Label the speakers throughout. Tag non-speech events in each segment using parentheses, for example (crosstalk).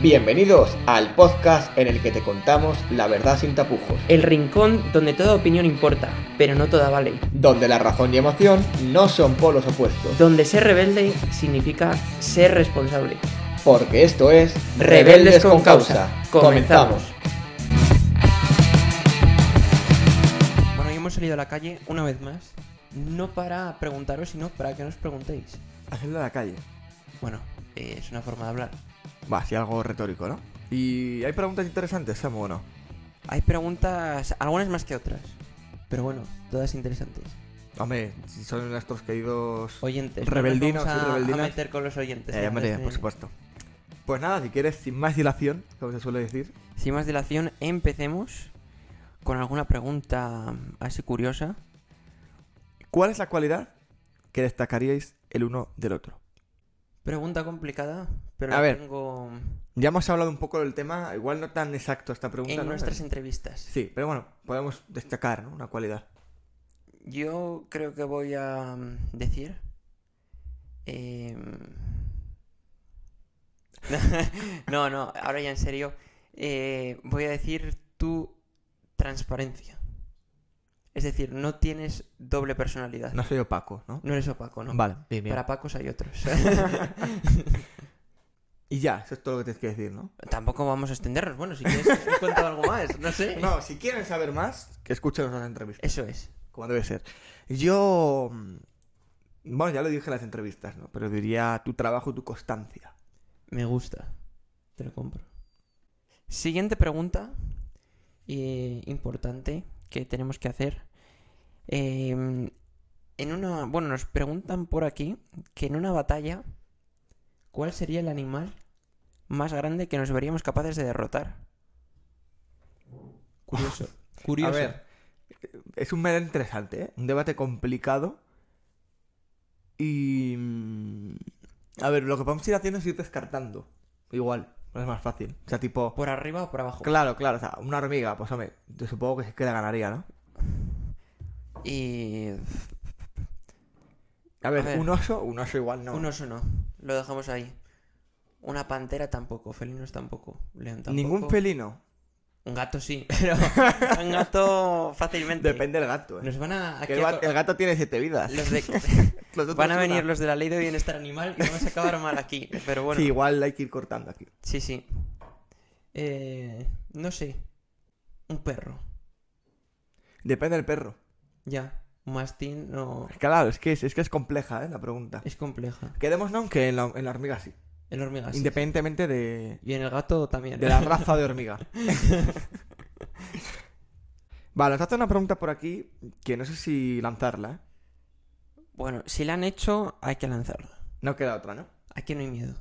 Speaker 1: Bienvenidos al podcast en el que te contamos la verdad sin tapujos,
Speaker 2: El rincón donde toda opinión importa, pero no toda vale.
Speaker 1: donde la razón y emoción no son polos opuestos,
Speaker 2: Donde ser rebelde significa ser responsable.
Speaker 1: porque esto es
Speaker 2: Rebeldes con causa. Comenzamos. Bueno, y hemos salido a la calle una vez más, no para preguntaros, sino para que nos preguntéis.
Speaker 3: Hacerlo a la calle.
Speaker 2: Bueno, eh, es una forma de hablar.
Speaker 3: Va, así algo retórico, ¿no? Y hay preguntas interesantes, Samu, ¿o no?
Speaker 2: Hay preguntas, algunas más que otras, pero bueno, todas interesantes.
Speaker 3: Hombre, si son nuestros queridos
Speaker 2: Oyentes. ¿no?
Speaker 3: rebeldinos y
Speaker 2: Nos vamos a, a
Speaker 3: rebeldinas.
Speaker 2: meter con los oyentes.
Speaker 3: Eh, hombre,
Speaker 2: antes de-
Speaker 3: por supuesto. Pues nada, si quieres, sin más dilación, como se suele decir.
Speaker 2: Sin más dilación, empecemos con alguna pregunta así curiosa.
Speaker 3: ¿Cuál es la cualidad que destacaríais el uno del otro?
Speaker 2: Pregunta complicada, pero
Speaker 3: A
Speaker 2: la
Speaker 3: ver.
Speaker 2: tengo
Speaker 3: Ya hemos hablado un poco del tema, igual no tan exacto esta pregunta.
Speaker 2: en
Speaker 3: ¿no? eh.
Speaker 2: nuestras entrevistas.
Speaker 3: Sí, pero bueno, podemos destacar ¿no? una cualidad.
Speaker 2: Yo creo que voy a mm, decir... eh, (laughs) no, no, ahora ya en serio. eh, voy a decir tu transparencia. Es decir, no tienes doble personalidad.
Speaker 3: No soy opaco, ¿no?
Speaker 2: No eres opaco, ¿no?
Speaker 3: Vale, bien, bien.
Speaker 2: Para Pacos
Speaker 3: (laughs)
Speaker 2: hay otros.
Speaker 3: Y ya, eso es todo lo que tienes que decir, ¿no?
Speaker 2: Tampoco vamos a extendernos. Bueno, si (laughs) quieres, os cuento algo más. No sé.
Speaker 3: No, si quieren saber más, que escuchen las entrevistas.
Speaker 2: Eso es.
Speaker 3: como debe ser. Yo. mm, Bueno, ya lo dije en las entrevistas, ¿no? Pero diría tu trabajo y tu constancia.
Speaker 2: Me gusta. Te lo compro. Siguiente pregunta. eh, importante que tenemos que hacer. Eh, en una. Bueno, nos preguntan por aquí que en una batalla. ¿Cuál sería el animal más grande que nos veríamos capaces de derrotar? (laughs) Curioso. Curioso.
Speaker 3: A ver, es un medio interesante, ¿eh? Un debate complicado. Y. mm, A ver, lo que podemos ir haciendo es ir descartando. Igual, es más fácil. O sea, tipo.
Speaker 2: ¿Por arriba o por abajo?
Speaker 3: Claro, claro, o sea, una hormiga, pues hombre, yo supongo que sí que la ganaría, ¿no?
Speaker 2: Y.
Speaker 3: A ver,
Speaker 2: A ver.
Speaker 3: un oso, un oso igual no.
Speaker 2: Un oso no, lo dejamos ahí. Una pantera tampoco, felinos tampoco, león tampoco.
Speaker 3: Ningún felino.
Speaker 2: Un gato sí, (laughs) pero un gato fácilmente.
Speaker 3: Depende del gato, ¿eh?
Speaker 2: Nos van a...
Speaker 3: Que
Speaker 2: aquí
Speaker 3: el,
Speaker 2: a
Speaker 3: gat-
Speaker 2: co-
Speaker 3: el gato tiene siete vidas. (laughs)
Speaker 2: los de-
Speaker 3: Los otros
Speaker 2: (laughs) Van a venir
Speaker 3: una.
Speaker 2: los de la ley de bienestar animal y vamos a acabar mal aquí. Pero bueno,
Speaker 3: Sí, igual hay que ir cortando aquí.
Speaker 2: sí, sí. Eh, no sé. Un perro,
Speaker 3: Depende del perro.
Speaker 2: ya. Un mastín no...
Speaker 3: Es que, claro, es que es, es que es compleja ¿eh? la pregunta.
Speaker 2: Es compleja.
Speaker 3: Quedémonos no, que en la, en la hormiga sí.
Speaker 2: El hormiga sí.
Speaker 3: Independientemente de,
Speaker 2: Y en el gato también. (laughs)
Speaker 3: de la raza de hormiga. vale, nos hace una pregunta por aquí que no sé si lanzarla. ¿eh?
Speaker 2: Bueno, si la han hecho, hay que lanzarla.
Speaker 3: No queda otra, ¿no?
Speaker 2: Aquí no hay miedo.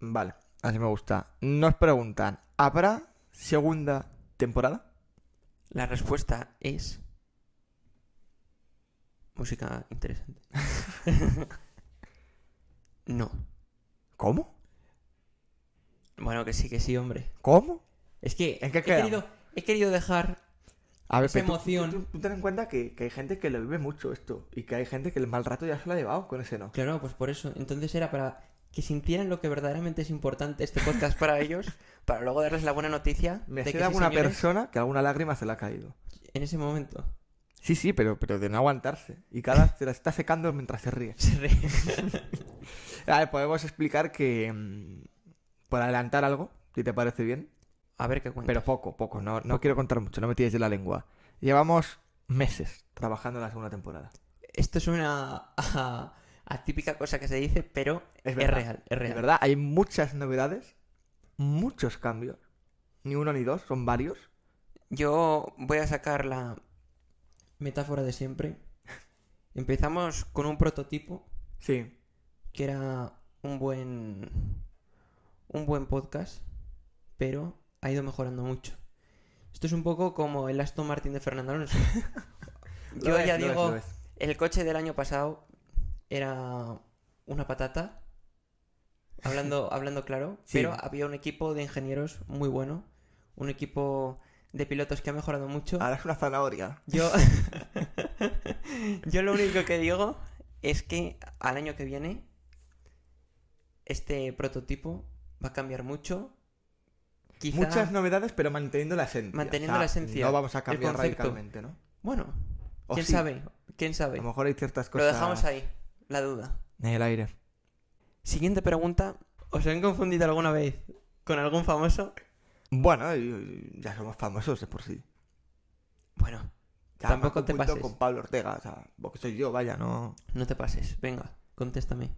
Speaker 3: Vale, así me gusta. Nos preguntan, ¿habrá segunda temporada?
Speaker 2: La respuesta es. Música
Speaker 3: (laughs)
Speaker 2: interesante. no.
Speaker 3: ¿Cómo?
Speaker 2: Bueno, que sí, que sí, hombre.
Speaker 3: ¿Cómo?
Speaker 2: Es que
Speaker 3: ¿En qué
Speaker 2: he,
Speaker 3: quedamos?
Speaker 2: querido, he querido dejar.
Speaker 3: A ver,
Speaker 2: Esa
Speaker 3: pero tú-
Speaker 2: emoción.
Speaker 3: Tú, tú- tú ten en cuenta que, que hay gente que lo vive mucho esto y que hay gente que el mal rato ya se lo ha llevado con ese no.
Speaker 2: Claro, pues por eso. Entonces era para que sintieran lo que verdaderamente es importante este podcast
Speaker 3: (laughs)
Speaker 2: para ellos, para luego darles la buena noticia
Speaker 3: Me
Speaker 2: de
Speaker 3: sé
Speaker 2: que
Speaker 3: de
Speaker 2: sí,
Speaker 3: alguna
Speaker 2: señores,
Speaker 3: persona que alguna lágrima se le ha caído.
Speaker 2: en ese momento
Speaker 3: Sí, sí, pero, pero de no aguantarse. Y cada se la está secando mientras (laughs) se ríe.
Speaker 2: se ríe.
Speaker 3: A ver, podemos explicar que. mm, Por adelantar algo, si te parece bien.
Speaker 2: A ver qué cuenta.
Speaker 3: Pero poco, poco. No, no quiero contar mucho, no me tires de la lengua. Llevamos meses trabajando en la segunda temporada.
Speaker 2: Esto (laughs) suena a, a típica cosa que se dice, pero es,
Speaker 3: Es verdad.
Speaker 2: real. Es real.
Speaker 3: De verdad, hay muchas novedades, muchos cambios. Ni uno ni dos, son varios.
Speaker 2: Yo voy a sacar la metáfora de siempre. Empezamos con un prototipo
Speaker 3: Sí.
Speaker 2: que era un buen un buen podcast, pero ha ido mejorando mucho. Esto es un poco como el Aston Martin de
Speaker 3: (laughs)
Speaker 2: Fernando Alonso.
Speaker 3: Lo
Speaker 2: Yo
Speaker 3: es,
Speaker 2: ya
Speaker 3: lo es,
Speaker 2: digo,
Speaker 3: lo es.
Speaker 2: el coche del año pasado era una patata,
Speaker 3: (laughs)
Speaker 2: hablando, hablando claro,
Speaker 3: Sí.
Speaker 2: pero había un equipo de ingenieros muy bueno, un equipo de pilotos que ha mejorado mucho.
Speaker 3: Ahora es una zanahoria.
Speaker 2: (laughs) Yo, yo lo único que digo es que al año que viene este prototipo va a cambiar mucho. Quizá,
Speaker 3: Muchas novedades, pero manteniendo la esencia.
Speaker 2: Manteniendo
Speaker 3: O sea,
Speaker 2: la esencia,
Speaker 3: No vamos a
Speaker 2: el
Speaker 3: cambiar
Speaker 2: concepto.
Speaker 3: radicalmente, ¿no?
Speaker 2: Bueno,
Speaker 3: O
Speaker 2: quién
Speaker 3: sí,
Speaker 2: sabe, quién
Speaker 3: A
Speaker 2: sabe.
Speaker 3: lo mejor hay ciertas
Speaker 2: Lo
Speaker 3: cosas.
Speaker 2: dejamos ahí, la duda.
Speaker 3: En el aire.
Speaker 2: Siguiente pregunta. ¿Os han confundido alguna vez con algún famoso?
Speaker 3: Bueno, y- y ya somos famosos de por sí.
Speaker 2: Bueno,
Speaker 3: O sea,
Speaker 2: Tampoco
Speaker 3: me
Speaker 2: te
Speaker 3: confundo
Speaker 2: pases.
Speaker 3: con Pablo Ortega, o sea, porque soy yo, vaya, no.
Speaker 2: no te pases. Venga, contéstame.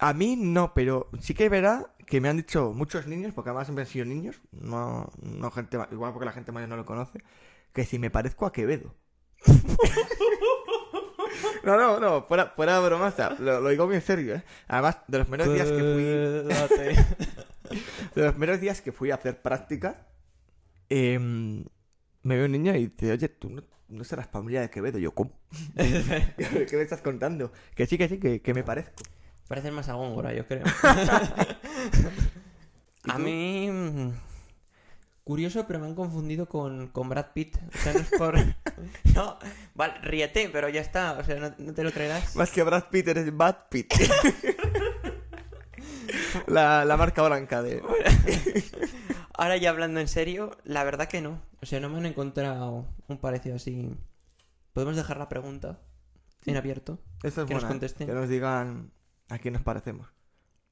Speaker 3: A mí no, pero sí que verá que me han dicho muchos niños, porque además siempre han sido niños, no, no gente, ma- igual porque la gente mayor no lo conoce, que si me parezco a Quevedo. (laughs) no, no, no, fuera, fuera de broma, o sea, lo, lo digo muy en serio, ¿eh? Además, de los primeros días que fui,
Speaker 2: (laughs)
Speaker 3: de los primeros días que fui a hacer prácticas, em, me ve un niño y dice, oye, tú no, no serás familia de Quevedo. Yo, ¿cómo? (laughs) ¿Qué me estás contando? Que sí, que sí, que, que me parezco.
Speaker 2: Parecen más a Góngora, yo creo.
Speaker 3: ¿Y
Speaker 2: a
Speaker 3: tú?
Speaker 2: mí. mm, Curioso, pero me han confundido con, con Brad Pitt. O sea, no es
Speaker 3: (laughs)
Speaker 2: por. no, vale, ríete, pero ya está. O sea, no, no te lo creerás.
Speaker 3: Más que Brad Pitt, eres Bad Pitt. (laughs) la, la marca blanca de...
Speaker 2: Ahora ya hablando en serio, la verdad que no. O sea, no me han encontrado un parecido así. Podemos dejar la pregunta en abierto.
Speaker 3: Eso es
Speaker 2: Que nos
Speaker 3: buena, ¿eh?
Speaker 2: contesten.
Speaker 3: Que nos digan a quién nos parecemos.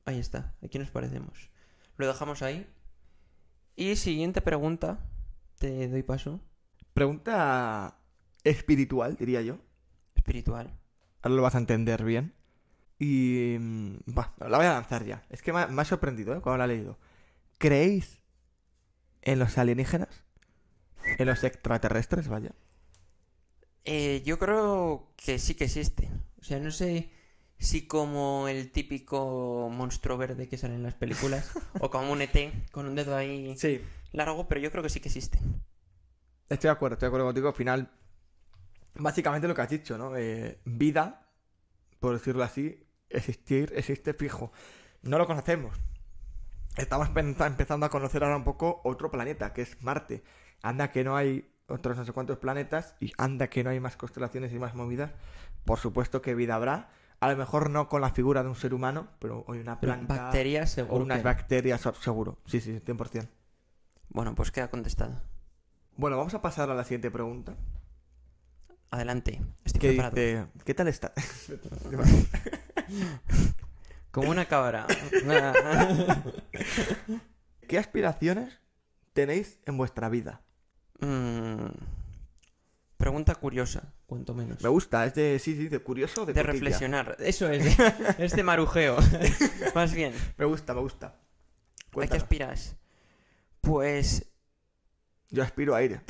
Speaker 2: Ahí está, aquí nos parecemos. Lo dejamos ahí. Y siguiente pregunta. Te doy paso.
Speaker 3: Pregunta espiritual, diría yo.
Speaker 2: Espiritual.
Speaker 3: Ahora lo vas a entender bien. Y... mm, va, la voy a lanzar ya. Es que me ha, me ha sorprendido ¿eh? cuando la he leído. ¿Creéis en los alienígenas? ¿En los extraterrestres, vaya?
Speaker 2: Eh, yo creo que sí que existen. O sea, no sé si como el típico monstruo verde que sale en
Speaker 3: (laughs)
Speaker 2: las películas, o como un ET con un dedo ahí
Speaker 3: Sí.
Speaker 2: largo, pero yo creo que sí que existen.
Speaker 3: Estoy de acuerdo, estoy de acuerdo contigo. Al final, básicamente lo que has dicho, ¿no? Eh, vida, por decirlo así, existir, existe fijo. No lo conocemos. Estamos pen- empezando a conocer ahora un poco otro planeta, que es Marte. Anda que no hay otros no sé cuántos planetas y anda que no hay más constelaciones y más movidas. Por supuesto que vida habrá. A lo mejor no con la figura de un ser humano, pero hay una
Speaker 2: Pero
Speaker 3: planta
Speaker 2: bacterias
Speaker 3: o
Speaker 2: seguro.
Speaker 3: unas
Speaker 2: que-
Speaker 3: bacterias, seguro. Sí, sí, 100%.
Speaker 2: Bueno, pues queda contestado.
Speaker 3: Bueno, vamos a pasar a la siguiente pregunta.
Speaker 2: Adelante. Estoy
Speaker 3: que
Speaker 2: preparado.
Speaker 3: dice, ¿qué tal
Speaker 2: (laughs)
Speaker 3: está?
Speaker 2: Como una
Speaker 3: (laughs)
Speaker 2: cabra.
Speaker 3: ¿Qué aspiraciones tenéis en vuestra vida?
Speaker 2: (laughs) Mm, Pregunta curiosa, cuanto menos.
Speaker 3: Me gusta, es de, sí, sí, de curioso o de,
Speaker 2: de
Speaker 3: cotilla.
Speaker 2: reflexionar. Eso
Speaker 3: (laughs)
Speaker 2: es. es de marujeo. Más bien.
Speaker 3: Me gusta, me gusta.
Speaker 2: ¿A qué
Speaker 3: Cuéntanos.
Speaker 2: aspiras? Pues.
Speaker 3: Yo aspiro a aire.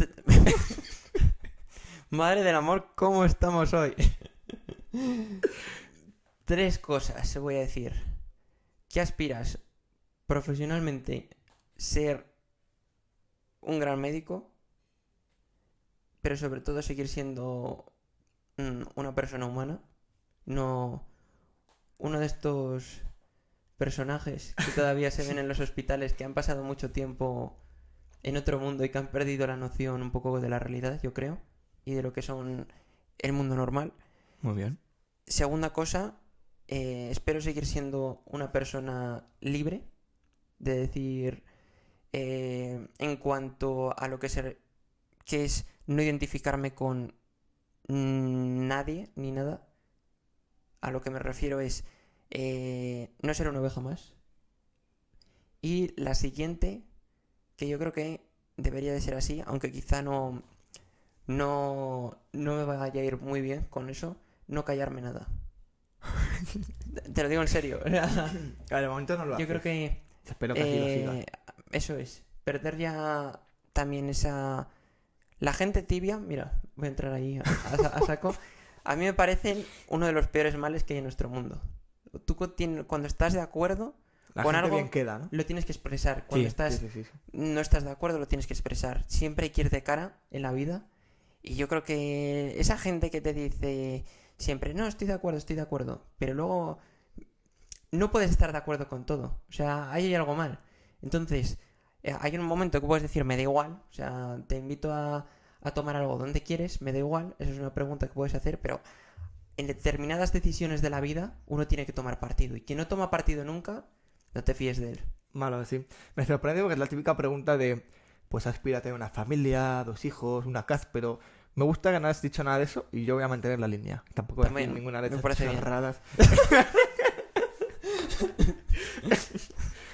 Speaker 2: Madre del amor, ¿cómo estamos hoy? Tres cosas voy a decir. ¿Qué aspiras? Profesionalmente, ser un gran médico, pero sobre todo seguir siendo mm, una persona humana. No uno de estos personajes que todavía se ven en los hospitales que han pasado mucho tiempo en otro mundo y que han perdido la noción un poco de la realidad, yo creo, y de lo que son el mundo normal.
Speaker 3: Muy bien.
Speaker 2: Segunda cosa, eh, espero seguir siendo una persona libre de decir eh, en cuanto a lo que, se- que es no identificarme con mm, nadie ni nada. A lo que me refiero es eh, no ser una oveja más. Y la siguiente, que yo creo que debería de ser así, aunque quizá no, no, no me vaya a ir muy bien con eso, no callarme nada. (laughs) Te- Te lo digo
Speaker 3: (laughs)
Speaker 2: en serio. o sea,
Speaker 3: De momento no lo
Speaker 2: Yo
Speaker 3: haces.
Speaker 2: creo que
Speaker 3: Espero pues, que así lo
Speaker 2: eh,
Speaker 3: sigas.
Speaker 2: Eso es. Perder ya también esa La gente tibia, mira, voy a entrar ahí a, a sa- a saco. A mí me parecen uno de los peores males que hay en nuestro mundo. Tú cu- tien- cuando estás de acuerdo,
Speaker 3: La
Speaker 2: Con
Speaker 3: gente
Speaker 2: algo-
Speaker 3: bien queda, ¿no?
Speaker 2: lo tienes que expresar. Cuando
Speaker 3: Sí,
Speaker 2: estás
Speaker 3: sí, sí, sí.
Speaker 2: no estás de acuerdo, lo tienes que expresar. Siempre hay que ir de cara en la vida. Y yo creo que esa gente que te dice siempre, no, estoy de acuerdo, estoy de acuerdo, pero luego no puedes estar de acuerdo con todo. O sea, ahí hay algo mal. Entonces, eh, hay un momento que puedes decir, me da igual. O sea, te invito a, a tomar algo donde quieres, me da igual. Esa es una pregunta que puedes hacer, pero en determinadas decisiones de la vida uno tiene que tomar partido. Y quien no toma partido nunca, no te fíes de él.
Speaker 3: Malo, sí. Me sorprende porque es la típica pregunta de, pues aspira a tener una familia, dos hijos, una casa, pero me gusta que no has dicho nada de eso y yo voy a mantener la línea. Tampoco voy a decir
Speaker 2: También,
Speaker 3: ninguna de
Speaker 2: me
Speaker 3: esas
Speaker 2: parece bien. (laughs)
Speaker 3: chorradas. (laughs)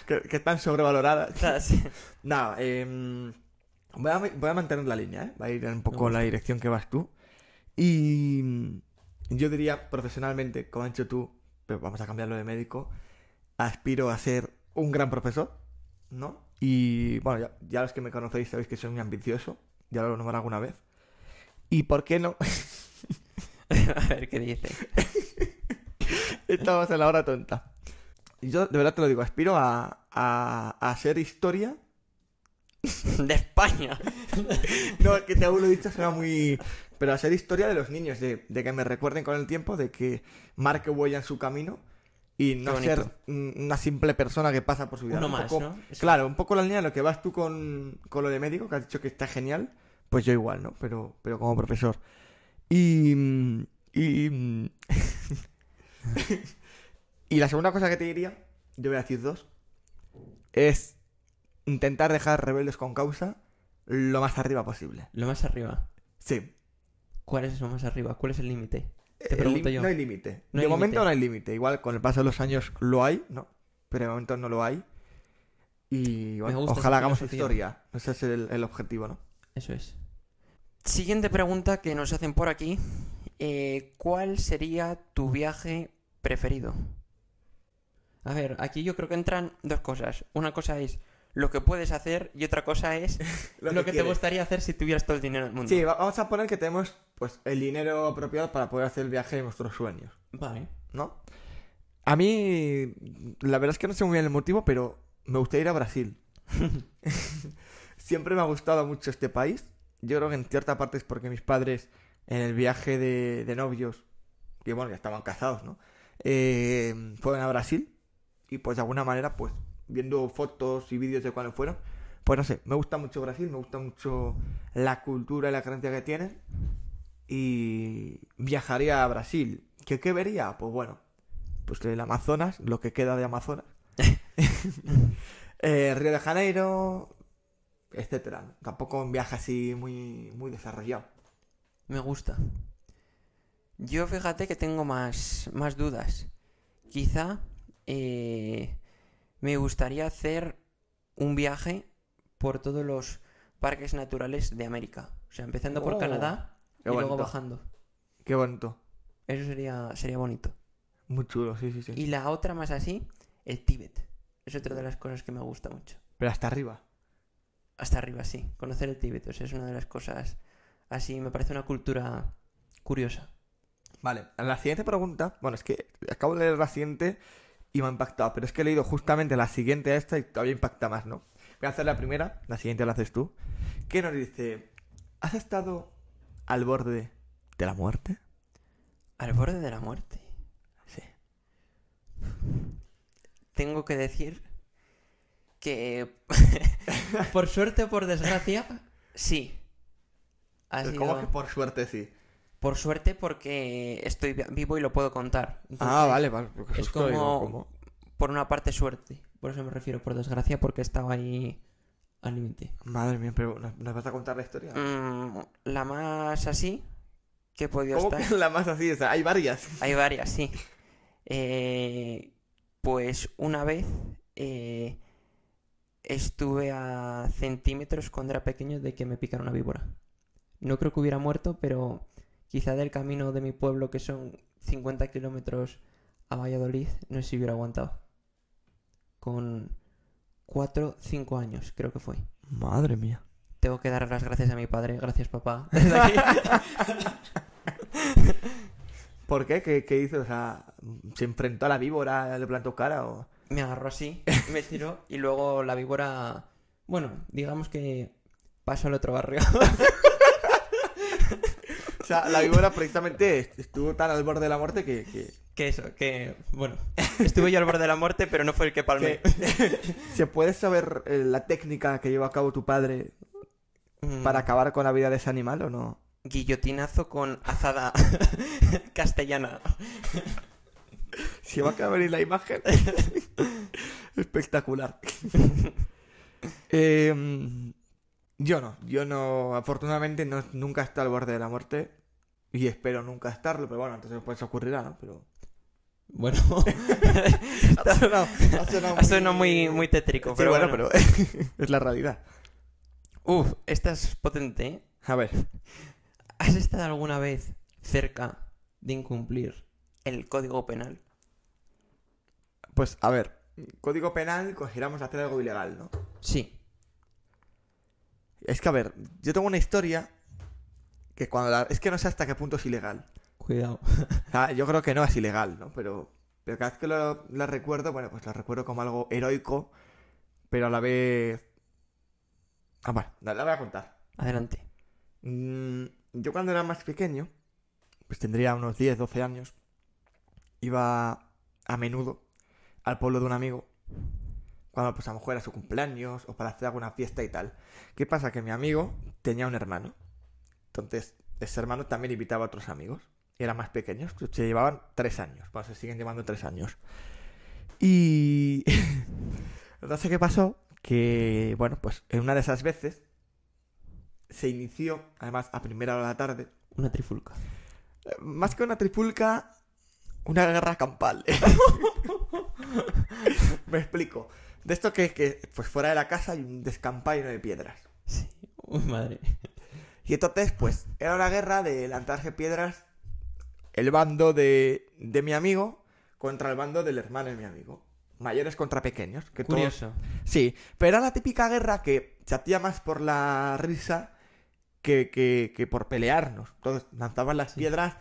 Speaker 3: que, que están sobrevaloradas.
Speaker 2: Claro, sí.
Speaker 3: Nada, eh, voy, a, voy a mantener la línea, ¿eh? Va a ir un poco la dirección que vas tú. Y mm, yo diría profesionalmente, como has dicho tú, pero vamos a cambiarlo de médico, aspiro a ser un gran profesor, ¿no? Y bueno, ya, ya los que me conocéis sabéis que soy muy ambicioso, ya lo nombré alguna vez. ¿Y por qué no?
Speaker 2: (laughs)
Speaker 3: (laughs)
Speaker 2: A ver qué dice.
Speaker 3: Estamos en la hora tonta. Yo de verdad te lo digo, aspiro a, a, a hacer historia
Speaker 2: (laughs) De España.
Speaker 3: (laughs) No, es que te lo he dicho, suena muy. Pero hacer historia de los niños, de, de que me recuerden con el tiempo, de que marque huella en su camino y no
Speaker 2: bonito.
Speaker 3: ser mm, una simple persona que pasa por su vida.
Speaker 2: Uno
Speaker 3: Un
Speaker 2: más,
Speaker 3: poco-
Speaker 2: ¿no? Es-
Speaker 3: Claro, un poco la línea de lo que vas tú con, con lo de médico, que has dicho que está genial, pues yo igual, ¿no? Pero, pero como profesor. Y. mm, Y. (laughs) mm, y la segunda cosa que te diría, yo voy a decir dos, es intentar dejar rebeldes con causa lo más arriba posible.
Speaker 2: Lo más arriba.
Speaker 3: Sí.
Speaker 2: ¿Cuál es lo más arriba? ¿Cuál es el límite? Te
Speaker 3: El
Speaker 2: pregunto
Speaker 3: lim-
Speaker 2: yo.
Speaker 3: No hay límite.
Speaker 2: No
Speaker 3: de
Speaker 2: hay
Speaker 3: momento
Speaker 2: límite.
Speaker 3: no hay límite. Igual con el paso de los años lo hay, ¿no? Pero de momento no lo hay. Y bueno,
Speaker 2: gusta
Speaker 3: ojalá
Speaker 2: esa
Speaker 3: hagamos
Speaker 2: filosofía.
Speaker 3: historia. Ese es el, el objetivo, ¿no?
Speaker 2: Eso es. Siguiente pregunta que nos hacen por aquí. Eh, ¿Cuál sería tu viaje preferido? A ver, aquí yo creo que entran dos cosas. Una cosa es lo que puedes hacer y otra cosa es lo, que, te
Speaker 3: quieres.
Speaker 2: gustaría hacer si tuvieras todo el dinero del mundo.
Speaker 3: Sí, va- vamos a poner que tenemos pues el dinero apropiado para poder hacer el viaje de nuestros sueños,
Speaker 2: Vale.
Speaker 3: ¿no? A mí, la verdad es que no sé muy bien el motivo, pero me gustaría ir a Brasil. Siempre me ha gustado mucho este país. Yo creo que en cierta parte es porque mis padres, en el viaje de, de novios, que bueno, ya estaban casados, ¿no? Eh, fueron a Brasil y pues de alguna manera, pues viendo fotos y vídeos de cuándo fueron, pues no sé, me gusta mucho Brasil, me gusta mucho la cultura y la creencia que tienen y viajaría a Brasil. ¿Qué, qué vería? Pues bueno, pues el Amazonas, lo que queda de
Speaker 2: (laughs)
Speaker 3: Amazonas. Eh, Río de Janeiro, etcétera. Tampoco un viaje así muy, muy desarrollado.
Speaker 2: Me gusta. Yo fíjate que tengo más, más dudas. Quizá eh, me gustaría hacer un viaje por todos los parques naturales de América. O sea, empezando por
Speaker 3: Oh,
Speaker 2: Canadá y
Speaker 3: qué
Speaker 2: luego
Speaker 3: bonito.
Speaker 2: bajando.
Speaker 3: Qué bonito.
Speaker 2: Eso sería, sería bonito.
Speaker 3: Muy chulo, sí, sí, sí.
Speaker 2: Y la otra más así, el Tíbet. Es otra de las cosas que me gusta mucho.
Speaker 3: Pero hasta arriba.
Speaker 2: Hasta arriba, sí. Conocer el Tíbet. O sea, es una de las cosas así. Me parece una cultura curiosa.
Speaker 3: Vale, la siguiente pregunta. Bueno, es que acabo de leer la siguiente y me ha impactado, pero es que he leído justamente la siguiente a esta y todavía impacta más, ¿no? Voy a hacer la primera, la siguiente la haces tú. Que nos dice: ¿Has estado al borde de la muerte?
Speaker 2: Al borde de la muerte.
Speaker 3: Sí.
Speaker 2: tengo que decir que (laughs) por suerte o por desgracia, sí. Ha
Speaker 3: Pero
Speaker 2: sido
Speaker 3: ¿Cómo que por suerte sí?
Speaker 2: por suerte porque estoy vi- vivo y lo puedo contar. Entonces,
Speaker 3: Ah, vale, vale. porque
Speaker 2: es
Speaker 3: justo digo,
Speaker 2: como-
Speaker 3: ¿cómo?
Speaker 2: Por una parte suerte, por eso me refiero por desgracia porque estaba ahí al límite.
Speaker 3: Madre mía, pero ¿nos, nos vas a contar la historia?
Speaker 2: Mm, la más así que he podido
Speaker 3: ¿Cómo
Speaker 2: estar.
Speaker 3: que la más así? O sea, hay varias.
Speaker 2: Hay varias, sí. Eh, pues una vez eh, estuve a centímetros cuando era pequeño de que me picara una víbora. No creo que hubiera muerto, pero quizá del camino de mi pueblo, que son 50 kilómetros a Valladolid, no sé si hubiera aguantado. Con 4, 5 años, creo que fue.
Speaker 3: Madre mía.
Speaker 2: Tengo que dar las gracias a mi padre. Gracias, papá. Desde aquí.
Speaker 3: ¿Por qué? ¿Qué, qué hizo? O sea, ¿se enfrentó a la víbora, le plantó cara o...?
Speaker 2: me agarró así, (laughs) me tiró y luego la víbora... Bueno, digamos que pasó al otro barrio. (laughs)
Speaker 3: O sea, la víbora precisamente est- estuvo tan al borde de la muerte que... que-
Speaker 2: que eso, que... Bueno, (laughs) estuve yo al borde de la muerte, pero no fue el que palmé.
Speaker 3: (laughs) ¿Se puede saber eh, la técnica que llevó a cabo tu padre
Speaker 2: Mm,
Speaker 3: para acabar con la vida de ese animal o no?
Speaker 2: Guillotinazo con azada (laughs) castellana.
Speaker 3: (laughs) Si va a caber en la imagen. (laughs) Espectacular. Em, yo no, yo no, afortunadamente no, nunca he estado al borde de la muerte. Y espero nunca estarlo, pero bueno, entonces pues ocurrirá, ¿no? Pero...
Speaker 2: Bueno,
Speaker 3: (laughs)
Speaker 2: (laughs)
Speaker 3: Ha sonado, (laughs) ha sonado
Speaker 2: ha sonado muy, muy tétrico,
Speaker 3: Sí,
Speaker 2: pero
Speaker 3: bueno,
Speaker 2: bueno.
Speaker 3: pero eh, (laughs) es la realidad.
Speaker 2: Uf, esta es potente, ¿eh?
Speaker 3: A ver,
Speaker 2: ¿Has estado alguna vez cerca de incumplir el código penal?
Speaker 3: pues a ver. Código penal, consideramos hacer algo ilegal, ¿no?
Speaker 2: Sí.
Speaker 3: Es que a ver, yo tengo una historia que cuando la... Es que no sé hasta qué punto es ilegal.
Speaker 2: Cuidado.
Speaker 3: O sea, yo creo que no es ilegal, ¿no? Pero, pero cada vez que lo, la recuerdo, bueno, pues la recuerdo como algo heroico, pero a la vez... Ah, bueno, no, la voy a contar.
Speaker 2: Adelante.
Speaker 3: Mm, yo cuando era más pequeño, pues tendría unos 10, 12 años, iba a menudo al pueblo de un amigo, cuando pues a lo mejor era su cumpleaños o para hacer alguna fiesta y tal. ¿Qué pasa? Que mi amigo tenía un hermano. Entonces, ese hermano también invitaba a otros amigos. Y eran más pequeños, pues, se llevaban tres años. Bueno, se siguen llevando tres años. Y... (laughs) no sé qué pasó, que, bueno, pues en una de esas veces se inició, además, a primera hora de la tarde,
Speaker 2: Una trifulca.
Speaker 3: eh, más que una tripulca, una guerra campal. (laughs) Me explico. De esto que, que pues fuera de la casa hay un descampado lleno de piedras.
Speaker 2: Sí. Uy, madre.
Speaker 3: Y entonces, pues, era una guerra de lanzarse piedras el bando de, de mi amigo contra el bando del hermano de mi amigo. Mayores contra pequeños. Que todos-
Speaker 2: Curioso.
Speaker 3: Sí, pero era la típica guerra que se hacía más por la risa que, que- que por pelearnos. Entonces lanzaban las piedras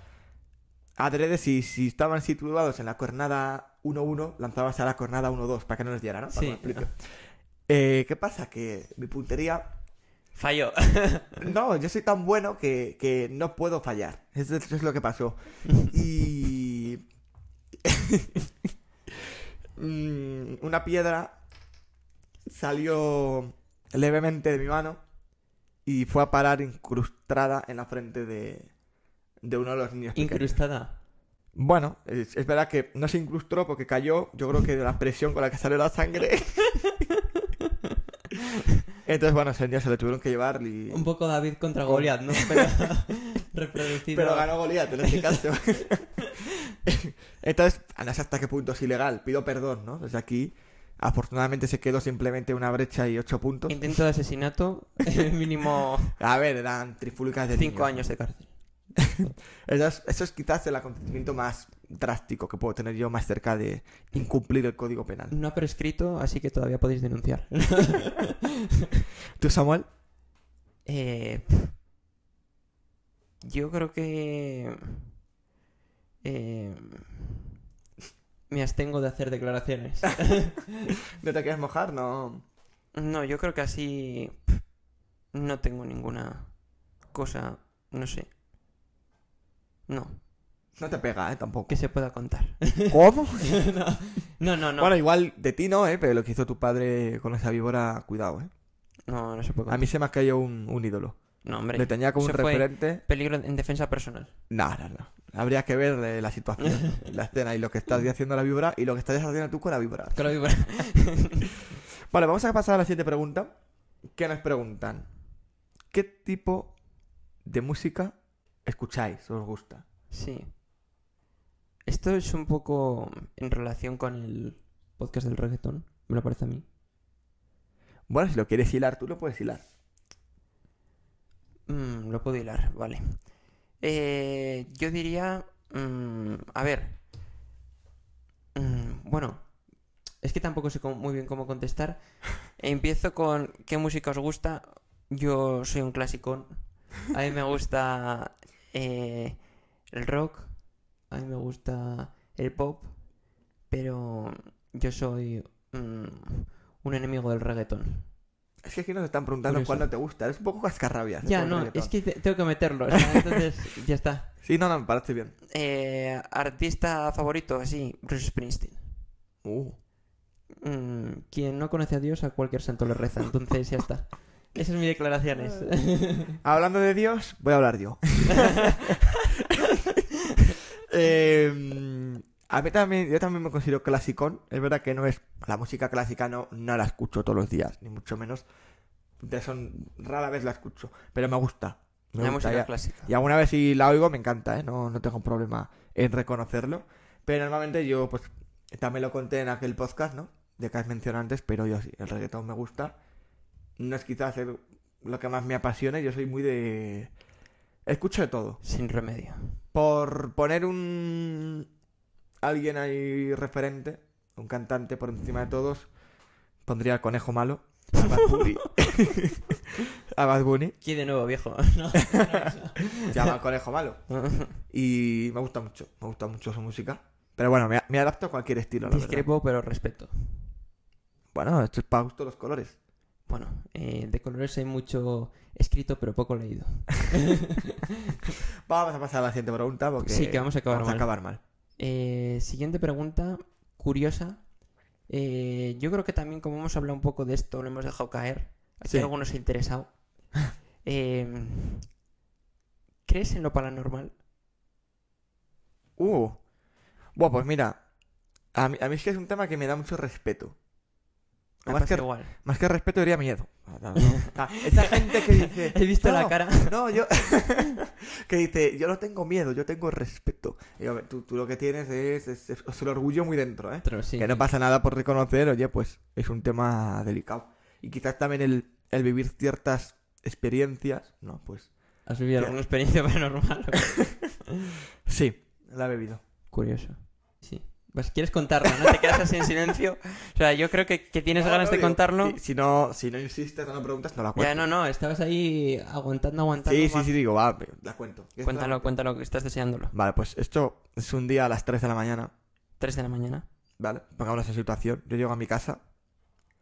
Speaker 3: adrede si, si estaban situados en la cornada 1-1, lanzabas a la cornada 1-2 para que no nos dieran, ¿no? Para que
Speaker 2: Sí.
Speaker 3: me explique. Eh, ¿Qué pasa? Que mi puntería
Speaker 2: (laughs) Falló.
Speaker 3: no, yo soy tan bueno que, que no puedo fallar. Eso es, eso es lo que pasó. Y. (laughs) Mm, Una piedra salió levemente de mi mano y fue a parar incrustada en la frente de, de uno de los niños. pequeños.
Speaker 2: Incrustada.
Speaker 3: Bueno, es, es verdad que no se incrustó porque cayó, yo creo que de la presión con la que salió la sangre. (laughs) Entonces, bueno, ese día se lo tuvieron que llevar y...
Speaker 2: Un poco David contra Goliath, ¿no?
Speaker 3: (laughs)
Speaker 2: Pero reproducido.
Speaker 3: Pero ganó Goliat en este caso. (laughs) Entonces, no sé hasta qué punto es ilegal. Pido perdón, ¿no? Desde aquí, afortunadamente se quedó simplemente una brecha y ocho puntos.
Speaker 2: Intento de asesinato,
Speaker 3: (laughs)
Speaker 2: eh, mínimo
Speaker 3: A ver, eran trifulcas de niños.
Speaker 2: cinco años de cárcel.
Speaker 3: Eso es, eso es quizás el acontecimiento más drástico que puedo tener yo más cerca de incumplir el código penal.
Speaker 2: No ha prescrito, así que todavía
Speaker 3: (laughs)
Speaker 2: podéis denunciar.
Speaker 3: ¿Tú, Samuel?
Speaker 2: Eh, pf. yo creo que... eh, me abstengo de hacer declaraciones.
Speaker 3: ¿No te quieres mojar? No.
Speaker 2: No, yo creo que así... pf, No tengo ninguna cosa, no sé. No,
Speaker 3: No te pega, ¿eh? Tampoco.
Speaker 2: que se pueda contar.
Speaker 3: (laughs)
Speaker 2: (laughs)
Speaker 3: ¿Cómo?
Speaker 2: No, no, no.
Speaker 3: Bueno, igual de ti no, ¿eh? Pero lo que hizo tu padre con esa víbora, cuidado, ¿eh?
Speaker 2: No, no se puede
Speaker 3: A
Speaker 2: contar.
Speaker 3: mí se me ha caído un, un ídolo.
Speaker 2: No, hombre.
Speaker 3: Ah, Le tenía como un
Speaker 2: Se fue.
Speaker 3: referente.
Speaker 2: Peligro en defensa personal.
Speaker 3: No, no, no. Habría que ver eh, la
Speaker 2: (laughs)
Speaker 3: situación, la escena y lo que estás haciendo la víbora y lo que estás haciendo tú con la víbora.
Speaker 2: Con la víbora.
Speaker 3: Vale, vamos a pasar a la siguiente pregunta. ¿Qué nos preguntan? ¿Qué tipo de música escucháis o os gusta?
Speaker 2: Sí. Esto es un poco en relación con el podcast del reggaetón, me lo parece a mí.
Speaker 3: Bueno, si lo quieres hilar, tú lo puedes hilar.
Speaker 2: Mm, lo puedo hilar, vale. Eh, yo diría... mm, a ver. Mm, bueno, es que tampoco sé cómo- muy bien cómo contestar. Empiezo con qué música os gusta Yo soy un clasicón. A mí me gusta eh, el rock. A mí me gusta el pop. Pero yo soy mm, un enemigo del reggaetón.
Speaker 3: Es que aquí nos están preguntando
Speaker 2: Curioso.
Speaker 3: cuál no te gusta. Es un poco cascarrabias. ¿eh?
Speaker 2: Ya,
Speaker 3: esto del
Speaker 2: no,
Speaker 3: reggaetón.
Speaker 2: es que te- tengo que meterlo. o sea, entonces, ya está.
Speaker 3: Sí, no, no, me parece bien.
Speaker 2: Eh, artista favorito, así, Bruce Springsteen.
Speaker 3: Uh.
Speaker 2: Mm, quien no conoce a Dios, a cualquier santo le reza. Entonces, ya (laughs) está. Esas son mis declaraciones.
Speaker 3: Hablando de Dios, voy a hablar yo.
Speaker 2: (laughs)
Speaker 3: Eh, a mí también, yo también me considero clasicón. Es verdad que no es. La música clásica no, no la escucho todos los días, ni mucho menos. De eso rara vez la escucho, pero me gusta. Me gusta,
Speaker 2: La música
Speaker 3: ya-
Speaker 2: clásica.
Speaker 3: y alguna vez si la oigo me encanta, ¿eh? No, no tengo un problema en reconocerlo. Pero normalmente yo, pues, también lo conté en aquel podcast, ¿no? De que has mencionado antes, pero yo sí, el reggaetón me gusta. No es quizás el- lo que más me apasiona, yo soy muy de... Escucho de todo.
Speaker 2: Sin remedio.
Speaker 3: Por poner un... Alguien ahí referente, un cantante por encima de todos, pondría al conejo malo. A Bad Bunny. (laughs) a Bad Bunny.
Speaker 2: Aquí de nuevo, (laughs) viejo. No.
Speaker 3: Se llama el conejo malo. Y me gusta mucho, me gusta mucho su música. Pero bueno, me, me adapto a cualquier estilo, la verdad.
Speaker 2: Discrepo, pero respeto.
Speaker 3: Bueno, esto es para gusto los colores.
Speaker 2: Bueno, eh, de colores hay mucho escrito, pero poco leído.
Speaker 3: Vamos a pasar a la siguiente pregunta porque
Speaker 2: Sí, que vamos a acabar
Speaker 3: vamos
Speaker 2: mal.
Speaker 3: mal.
Speaker 2: Eh, siguiente pregunta, curiosa. Eh, yo creo que también, como hemos hablado un poco de esto, lo hemos dejado caer. Aquí
Speaker 3: Sí.
Speaker 2: algunos se ha interesado. (laughs) Eh, ¿Crees en lo paranormal?
Speaker 3: Uh. Bueno, pues mira, a mí, a mí es que es un tema que me da mucho respeto.
Speaker 2: Me
Speaker 3: Más
Speaker 2: pasa
Speaker 3: que,
Speaker 2: igual.
Speaker 3: (laughs) más que respeto diría miedo. Ah, Esa gente que dice...
Speaker 2: (laughs) He visto la
Speaker 3: "No,
Speaker 2: cara.
Speaker 3: No, yo... (laughs) que dice, yo no tengo miedo, yo tengo respeto. Y a ver, tú, tú lo que tienes es, es- es el orgullo muy dentro, ¿eh?
Speaker 2: Pero sí.
Speaker 3: Que no pasa nada por reconocer, oye, pues es un tema delicado. Y quizás también el, el vivir ciertas experiencias, ¿no? Pues
Speaker 2: ¿Has vivido
Speaker 3: Ya.
Speaker 2: alguna experiencia (laughs) paranormal?
Speaker 3: sí, la he bebido.
Speaker 2: Curioso. Sí. Pues quieres contarlo, ¿no? Te quedas así en silencio. O sea, yo creo que, que tienes
Speaker 3: No,
Speaker 2: ganas
Speaker 3: no,
Speaker 2: de
Speaker 3: digo,
Speaker 2: contarlo.
Speaker 3: Si, si no, si no insistes o no preguntas, no la cuento.
Speaker 2: Ya, no, no, estabas ahí aguantando, aguantando.
Speaker 3: sí, sí,
Speaker 2: va.
Speaker 3: sí, digo, va, pero la cuento. Y esto-
Speaker 2: Cuéntalo, cuéntalo, que estás deseándolo.
Speaker 3: Vale, pues esto es un día a las 3 de la mañana,
Speaker 2: 3 de la mañana.
Speaker 3: ¿vale? Pongamos esa situación. Yo llego a mi casa,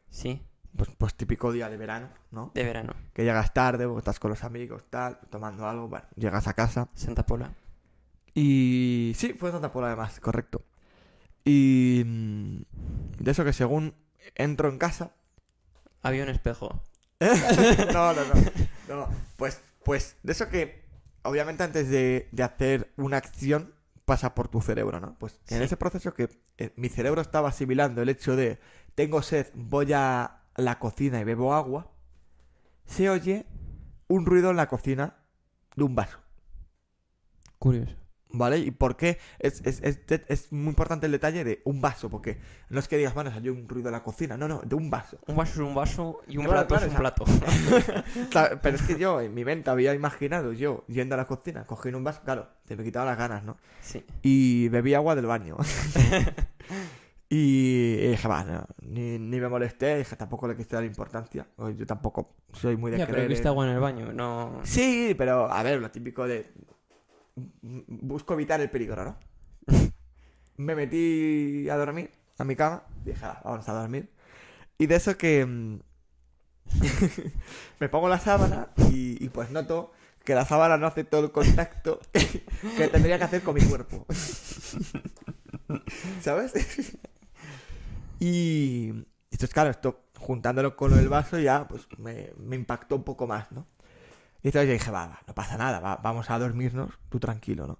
Speaker 2: Sí,
Speaker 3: pues, pues típico día de verano, ¿no?
Speaker 2: de verano.
Speaker 3: Que llegas tarde, porque estás con los amigos, tal, tomando algo, bueno, llegas a casa.
Speaker 2: Santa Pola.
Speaker 3: Y sí, fue Santa Pola además, correcto. Y mm, de eso que según entro en casa, (laughs)
Speaker 2: Había un espejo.
Speaker 3: no, no, no, no, pues, pues de eso que obviamente antes de, de hacer una acción pasa por tu cerebro, ¿no? Pues en
Speaker 2: Sí.
Speaker 3: ese proceso que eh, mi cerebro estaba asimilando el hecho de tengo sed, voy a la cocina y bebo agua, se oye un ruido en la cocina de un vaso.
Speaker 2: (laughs) Curioso.
Speaker 3: ¿Vale? ¿Y por qué? Es, es- es- es muy importante el detalle de un vaso, porque no es que digas, bueno, salió un ruido de la cocina, no, no, de un vaso.
Speaker 2: Un vaso es un vaso y un
Speaker 3: Claro,
Speaker 2: plato
Speaker 3: claro,
Speaker 2: es un plato.
Speaker 3: (laughs)
Speaker 2: (laughs)
Speaker 3: Claro, Pero es que yo, en mi mente, había imaginado yo yendo a la cocina, cogiendo un vaso, claro, te me quitaba las ganas, ¿no?
Speaker 2: Sí.
Speaker 3: Y bebí agua del baño. y dije, va, no, ni, ni me molesté, dije, tampoco le quise dar importancia, o yo tampoco soy muy de
Speaker 2: Ya, pero
Speaker 3: creer
Speaker 2: viste
Speaker 3: en-
Speaker 2: agua en el baño, no...
Speaker 3: Sí, pero a ver, lo típico de. Busco evitar el peligro, ¿no? Me metí a dormir, a mi cama. Dije, "Ah, vamos a dormir. Y de eso que. mm, (laughs) me pongo la sábana y, y pues noto que la sábana no hace todo el contacto que tendría que hacer con mi cuerpo. (laughs) ¿Sabes? y. Esto es claro, esto juntándolo con lo del vaso ya pues me, me impactó un poco más, ¿no? Y entonces yo dije, va, va, no pasa nada, va, vamos a dormirnos, tú tranquilo, ¿no?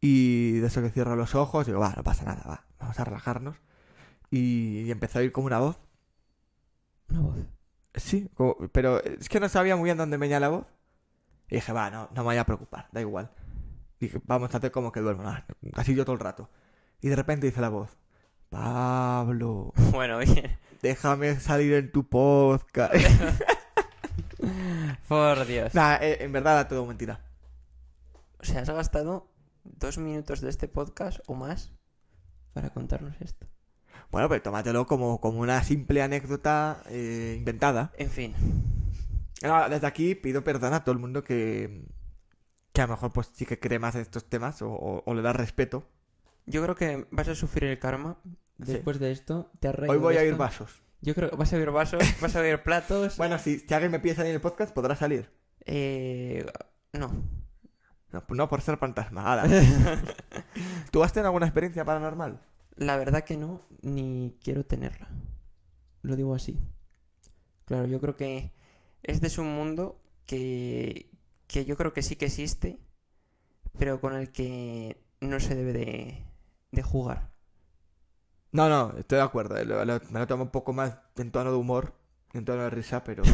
Speaker 3: Y de eso que cierro los ojos, digo, va, no pasa nada, va, vamos a relajarnos. Y, y empezó a ir como una voz.
Speaker 2: Una (laughs) voz.
Speaker 3: Sí, como- pero es que no sabía muy bien dónde venía la voz. Y dije, va, no, no me vaya a preocupar, da igual. Dije, vamos a hacer como que duermo, nada, así yo todo el rato. Y de repente dice la voz, Pablo,
Speaker 2: Bueno, bien.
Speaker 3: déjame salir en tu podcast. (laughs)
Speaker 2: Por Dios.
Speaker 3: Nah, eh, en verdad era todo mentira.
Speaker 2: O sea, has gastado dos minutos de este podcast o más para contarnos esto.
Speaker 3: Bueno, pues tómatelo como, como una simple anécdota eh, inventada.
Speaker 2: En fin.
Speaker 3: No, desde aquí pido perdón a todo el mundo que, que a lo mejor pues sí que cree más en estos temas o, o- o le da respeto.
Speaker 2: Yo creo que vas a sufrir el karma después de esto. Te has reído
Speaker 3: Hoy voy
Speaker 2: de
Speaker 3: a ir
Speaker 2: esto.
Speaker 3: vasos.
Speaker 2: Yo creo que vas a ver vasos,
Speaker 3: (laughs)
Speaker 2: vas a ver platos.
Speaker 3: Bueno, si, si alguien me pide salir en el podcast, podrá salir.
Speaker 2: Eh, no.
Speaker 3: (laughs) No, no por ser fantasma. Ahora.
Speaker 2: (laughs)
Speaker 3: ¿Tú has tenido alguna experiencia paranormal?
Speaker 2: La verdad que no, ni quiero tenerla. Lo digo así. Claro, yo creo que este es un mundo que, que yo creo que sí que existe, pero con el que no se debe de, de jugar.
Speaker 3: No, no, estoy de acuerdo. eh, lo- lo- me lo tomo un poco más en tono de humor, en tono de risa,
Speaker 2: (laughs)
Speaker 3: pero.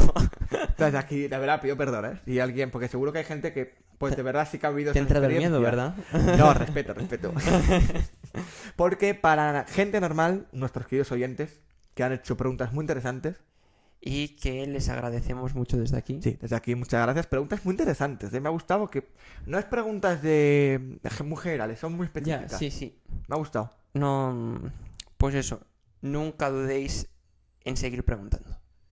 Speaker 3: Desde aquí, de verdad, pido perdón, ¿eh? Si alguien, porque seguro que hay gente que, pues de verdad sí que ha habido.
Speaker 2: Te
Speaker 3: esas
Speaker 2: entra del miedo,
Speaker 3: experiencias.
Speaker 2: ¿verdad?
Speaker 3: No, respeto,
Speaker 2: (laughs)
Speaker 3: respeto. Porque para la gente normal, nuestros queridos oyentes, que han hecho preguntas muy interesantes.
Speaker 2: Y que les agradecemos mucho desde aquí.
Speaker 3: Sí, desde aquí muchas gracias. Preguntas muy interesantes. ¿eh? Me ha gustado que no es preguntas de, de mujer, Ale, son muy
Speaker 2: ya,
Speaker 3: específicas.
Speaker 2: sí, sí.
Speaker 3: Me ha gustado.
Speaker 2: No, mm, pues eso, nunca dudéis en seguir preguntando.